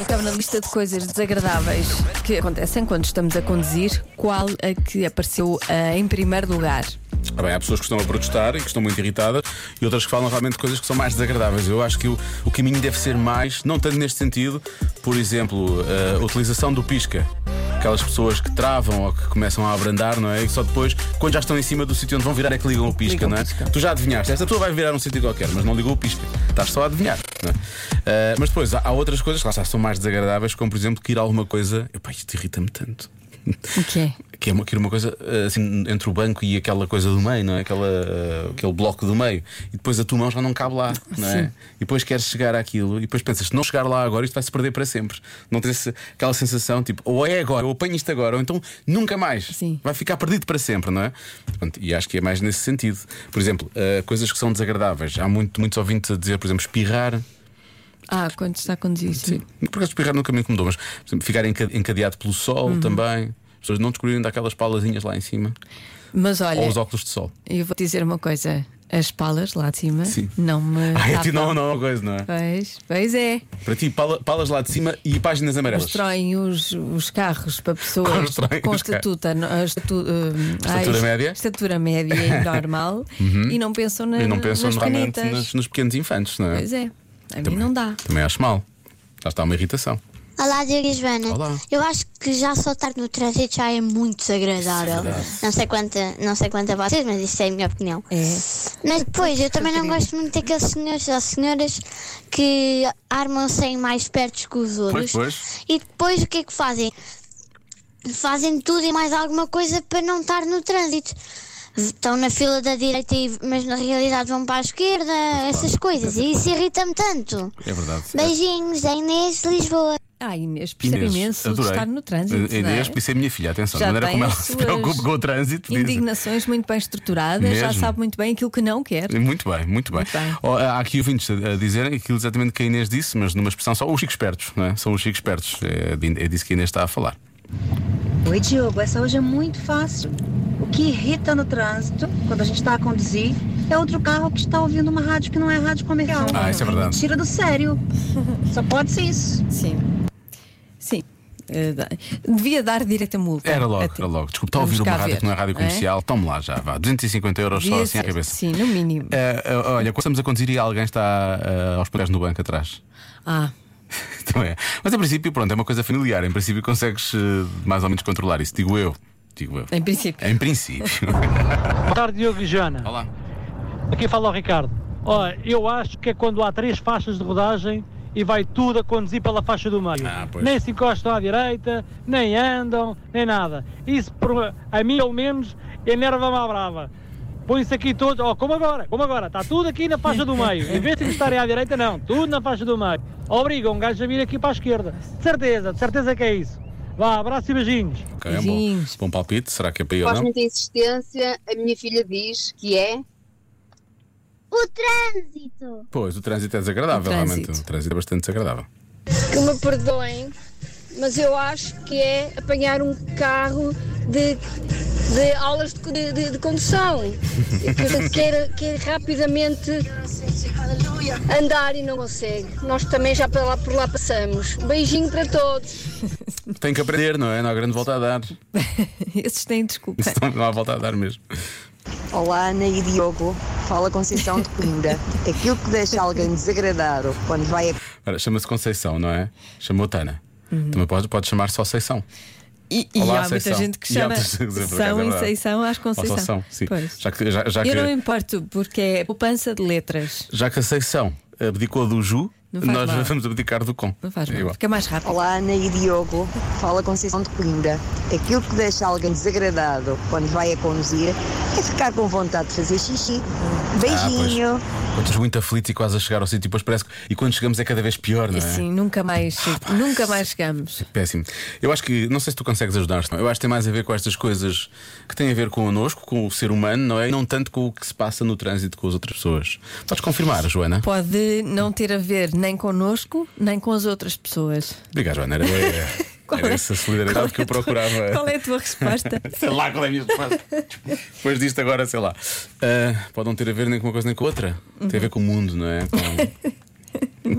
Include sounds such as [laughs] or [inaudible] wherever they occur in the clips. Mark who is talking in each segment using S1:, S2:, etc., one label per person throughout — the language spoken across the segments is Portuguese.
S1: Então, na lista de coisas desagradáveis que acontecem quando estamos a conduzir, qual a que apareceu ah, em primeiro lugar?
S2: Ah, bem, há pessoas que estão a protestar e que estão muito irritadas e outras que falam realmente de coisas que são mais desagradáveis. Eu acho que o, o caminho deve ser mais, não tanto neste sentido, por exemplo, a utilização do pisca. Aquelas pessoas que travam ou que começam a abrandar, não é? E só depois, quando já estão em cima do sítio onde vão virar, é que ligam o pisca,
S1: Ligam o
S2: não é?
S1: pisca.
S2: Tu já adivinhaste, esta pessoa vai virar um sítio qualquer, mas não ligou o pisca. Estás só a adivinhar, não é? Ah, mas depois, há, há outras coisas que lá está, são mais desagradáveis, como por exemplo, que ir a alguma coisa. Epá, isto irrita-me tanto.
S1: O que é?
S2: Que é uma, que era uma coisa eh, assim entre o banco e aquela coisa do meio, não é? Aquela, eh, aquele bloco do meio. E depois a tua mão já não cabe lá, não é? E depois queres chegar àquilo e depois pensas, se não chegar lá agora, isto vai se perder para sempre. Não tens esse- aquela sensação tipo, ou é agora, ou apanho isto agora, ou então nunca mais.
S1: Sim.
S2: Vai ficar perdido para sempre, não é? Portanto, e acho que é mais nesse sentido. Por exemplo, eh, coisas que são desagradáveis. Há muito, muitos ouvintes a dizer, por exemplo, espirrar.
S1: Ah, quando está a conduzir.
S2: Sim. Por acaso espirrar nunca me incomodou, mas por exemplo, ficar enca- encadeado pelo sol também. As pessoas não descobrirem daquelas palazinhas lá em cima.
S1: Mas olha,
S2: Ou os óculos de sol.
S1: eu vou dizer uma coisa: as palas lá de cima
S2: Sim.
S1: não
S2: [laughs]
S1: me.
S2: Ah, é ti
S1: tapam.
S2: não, não é uma coisa, não é?
S1: Pois, pois é.
S2: Para ti, pala- palas lá de cima e páginas amarelas.
S1: Constroem os, os carros para pessoas
S2: Constroem
S1: com
S2: os carros.
S1: estatuta, no- a estatu- hum, ai,
S2: Estatura média? Uhum.
S1: Estatura média
S2: [laughs]
S1: e normal e não pensam, na,
S2: E não pensam
S1: nas
S2: realmente
S1: canitas.
S2: nos, nos pequenos infantes, não é?
S1: Pois é, a mim não dá.
S2: Também acho mal. Já está uma irritação.
S3: Olá, Diogo e Joana.
S2: Olá.
S3: Eu acho que já soltar no trânsito já é muito
S2: é
S3: desagradável. não sei quanta, não sei quanto a vocês, mas isso é a minha opinião.
S1: É.
S3: Mas depois, eu também não gosto muito daqueles senhores ou senhoras que armam-se em mais perto que os outros.
S2: pois.
S3: E depois o que é que fazem? Fazem tudo e mais alguma coisa para não estar no trânsito. Estão na fila da direita, e- mas na realidade vão para a esquerda, essas coisas. E isso irrita-me tanto.
S2: É verdade.
S3: Beijinhos, a Inês de Lisboa.
S1: Ah, Inês, percebe imenso de
S2: adorei.
S1: estar no trânsito. não é?
S2: Inês, por isso é minha filha, atenção.
S1: Já
S2: da maneira
S1: tem
S2: como ela
S1: as
S2: se
S1: suas
S2: preocupa com o trânsito. diz-
S1: Indignações muito bem estruturadas, já
S2: Mesmo. Eh,
S1: sabe muito bem aquilo que não quer.
S2: Muito bem, muito bem.
S1: Muito bem.
S2: Ó, há aqui ouvintes a, a dizerem aquilo exatamente que a Inês disse, mas numa expressão só os chicos espertos, não é? São os chicos espertos. É, de- é disso que a Inês está a falar.
S4: Oi, Diogo, essa hoje é muito fácil. O que irrita no trânsito, quando a gente está a conduzir, é outro carro que está ouvindo uma rádio que não é rádio comercial.
S2: Ah, isso é verdade.
S4: Tira do
S5: [laughs]
S4: sério. Só pode ser isso.
S1: Sim. Sim. Eh, dá- Devia dar direita multa.
S2: Era logo,
S1: Até-
S2: era logo. Desculpa, está a
S1: É tipo, Vamos
S2: ouvir uma
S1: cá
S2: rádio
S1: ver,
S2: que não é rádio
S1: não é?
S2: comercial? Tome lá já, vá. 250 euros só
S1: Devia
S2: assim à
S1: ser-
S2: cabeça.
S1: Sim, no mínimo.
S2: Eh, eh, olha, quando estamos a conduzir e alguém está eh, aos pés no banco atrás. [laughs]
S1: Ah,
S2: Também é. Mas em princípio, pronto, é uma coisa familiar. Em princípio, consegues eh, mais ou menos controlar isso. Digo eu. Digo eu.
S1: em princípio. [laughs]
S2: Em princípio.
S6: Boa tarde, Diogo e Joana.
S2: Olá.
S6: Aqui fala o Ricardo. Olha, eu acho que é quando há três faixas de rodagem e vai tudo a conduzir pela faixa do meio.
S2: Ah, pois.
S6: nem se encostam à direita, nem andam, nem nada. Isso, por- a mim, ao menos, enerva-me à brava. Põe-se aqui todos, ó, como agora, como agora, está tudo aqui na faixa do meio. Em vez de estarem à direita, não, tudo na faixa do meio. Obrigam um gajo a vir aqui para a esquerda. De certeza, de certeza que é isso. Vá, abraço e beijinhos.
S2: Ok, é bom,
S1: Beijinhos.
S2: bom palpite. Será que é para eu ou
S7: Faz
S2: não?
S7: muita insistência, a minha filha diz que é.
S3: O trânsito!
S2: Pois, o trânsito é desagradável,
S1: O trânsito.
S2: realmente. O trânsito é bastante desagradável.
S8: Que me perdoem, mas eu acho que é apanhar um carro de, de aulas de, de- de- de condução. Que quer, quer rapidamente andar e não consegue. Nós também já por lá, por lá passamos. Beijinho para todos.
S2: Tem que aprender, não é? Não há grande volta
S1: [laughs]
S2: a dar.
S1: Esses têm desculpa.
S2: Isso não- não há volta a dar mesmo.
S5: Olá, Ana e Diogo. Fala Conceição de Coimbra. Aquilo que deixa alguém desagradado quando vai a
S2: Ora, chama-se Conceição, não é? Chamou Tana. Também pode, pode chamar só Seição.
S1: E, Uhum. e
S2: Olá,
S1: há muita
S2: Seição.
S1: gente que
S2: E há
S1: chama
S2: outras coisas, por acaso,
S1: São
S2: é
S1: e
S2: verdade.
S1: Seição às
S2: Ou só São,
S1: Conceição.
S2: sim.
S1: Pois.
S2: Já que, já, já
S1: Eu não
S2: que,
S1: importo, porque é poupança de letras.
S2: já que a Seição abdicou do Ju,
S1: Não faz
S2: nós
S1: mal.
S2: vamos abdicar do Com.
S1: Não faz
S2: É
S1: mal,
S2: igual.
S1: fica mais rápido.
S5: Olá, Ana e Diogo. Fala Conceição de Coimbra. Aquilo que deixa alguém desagradado quando vai a conduzir é ficar com vontade de fazer xixi.
S2: Ah, pois.
S5: Beijinho.
S2: Quando estás muito aflito e quase a chegar ao sítio, depois parece que. E quando chegamos é cada vez pior, não é?
S1: Assim, nunca mais, nunca mais chegamos.
S2: Péssimo. Eu acho que, não sei se tu consegues ajudar Eu acho que tem mais a ver com estas coisas que têm a ver connosco, com o ser humano, não é? E não tanto com o que se passa no trânsito com as outras pessoas. Podes confirmar, Joana?
S1: Pode não ter a ver nem connosco, nem com as outras pessoas.
S2: Obrigado, Joana.
S1: [laughs]
S2: Era,
S1: Qual
S2: era
S1: é-
S2: essa
S1: qual é
S2: solidariedade que
S1: a
S2: eu
S1: tua-
S2: procurava.
S1: Qual é a tua
S2: [laughs]
S1: resposta?
S2: Sei lá qual é a minha resposta. Depois disto agora, sei lá. Ah, pode não ter a ver nem com uma coisa nem com outra. Tem a ver com o mundo, não é? Com...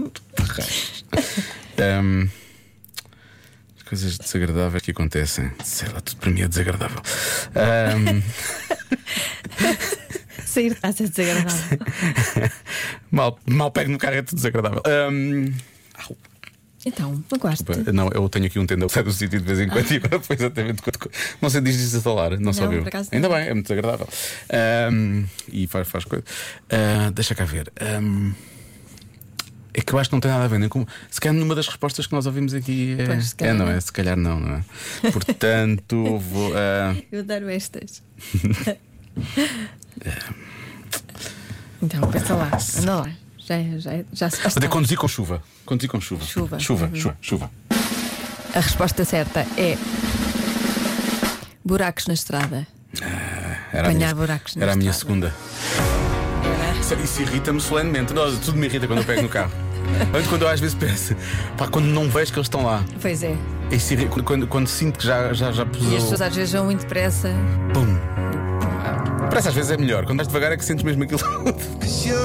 S2: Ahm, Coisas desagradáveis que acontecem. Sei lá, tudo para mim é desagradável. Ahm,
S1: Sair de casa é desagradável.
S2: mal, mal pego no carro é tudo desagradável. Ahm, au.
S1: Então, não gosto.
S2: Desculpa, Não, eu tenho aqui um tendão que sai do sítio de vez em quando e foi exatamente quando. Não sei, diz desatalar, não se
S1: Não,
S2: ouviu.
S1: por acaso não.
S2: Ainda bem, é muito desagradável. Ahm, e faz, faz coisa. Ah, deixa cá ver. Ahm, é que eu acho que não tem nada a ver. Nem com, se calhar nenhuma das respostas que nós ouvimos aqui é.
S1: Pois, se
S2: é,
S1: calhar
S2: não
S1: não.
S2: é? Se calhar não, não é? Portanto, vou.
S1: [laughs]
S2: ah,
S1: Eu adoro
S2: [laughs]
S1: estas. É. então, pensa lá, anda lá. Já, já, já se
S2: vou ter que conduzir com chuva. Conduzir com chuva.
S1: Chuva.
S2: Chuva,
S1: Uhum.
S2: chuva, chuva.
S1: A resposta certa é. Buracos na estrada.
S2: Era a minha-
S1: Apanhar buracos na
S2: Era a minha
S1: estrada.
S2: segunda. Isso, isso irrita-me solenemente. Não, tudo me irrita quando eu pego no carro. Antes, quando eu às vezes penso, pá, quando não vejo que eles estão lá,
S1: Pois é.
S2: isso irri- quando, quando, quando sinto que já, já, já
S1: E
S2: pusou.
S1: as pessoas às vezes vão muito depressa.
S2: Pum. Parece às vezes é melhor. Quando estás devagar é que sentes mesmo aquilo.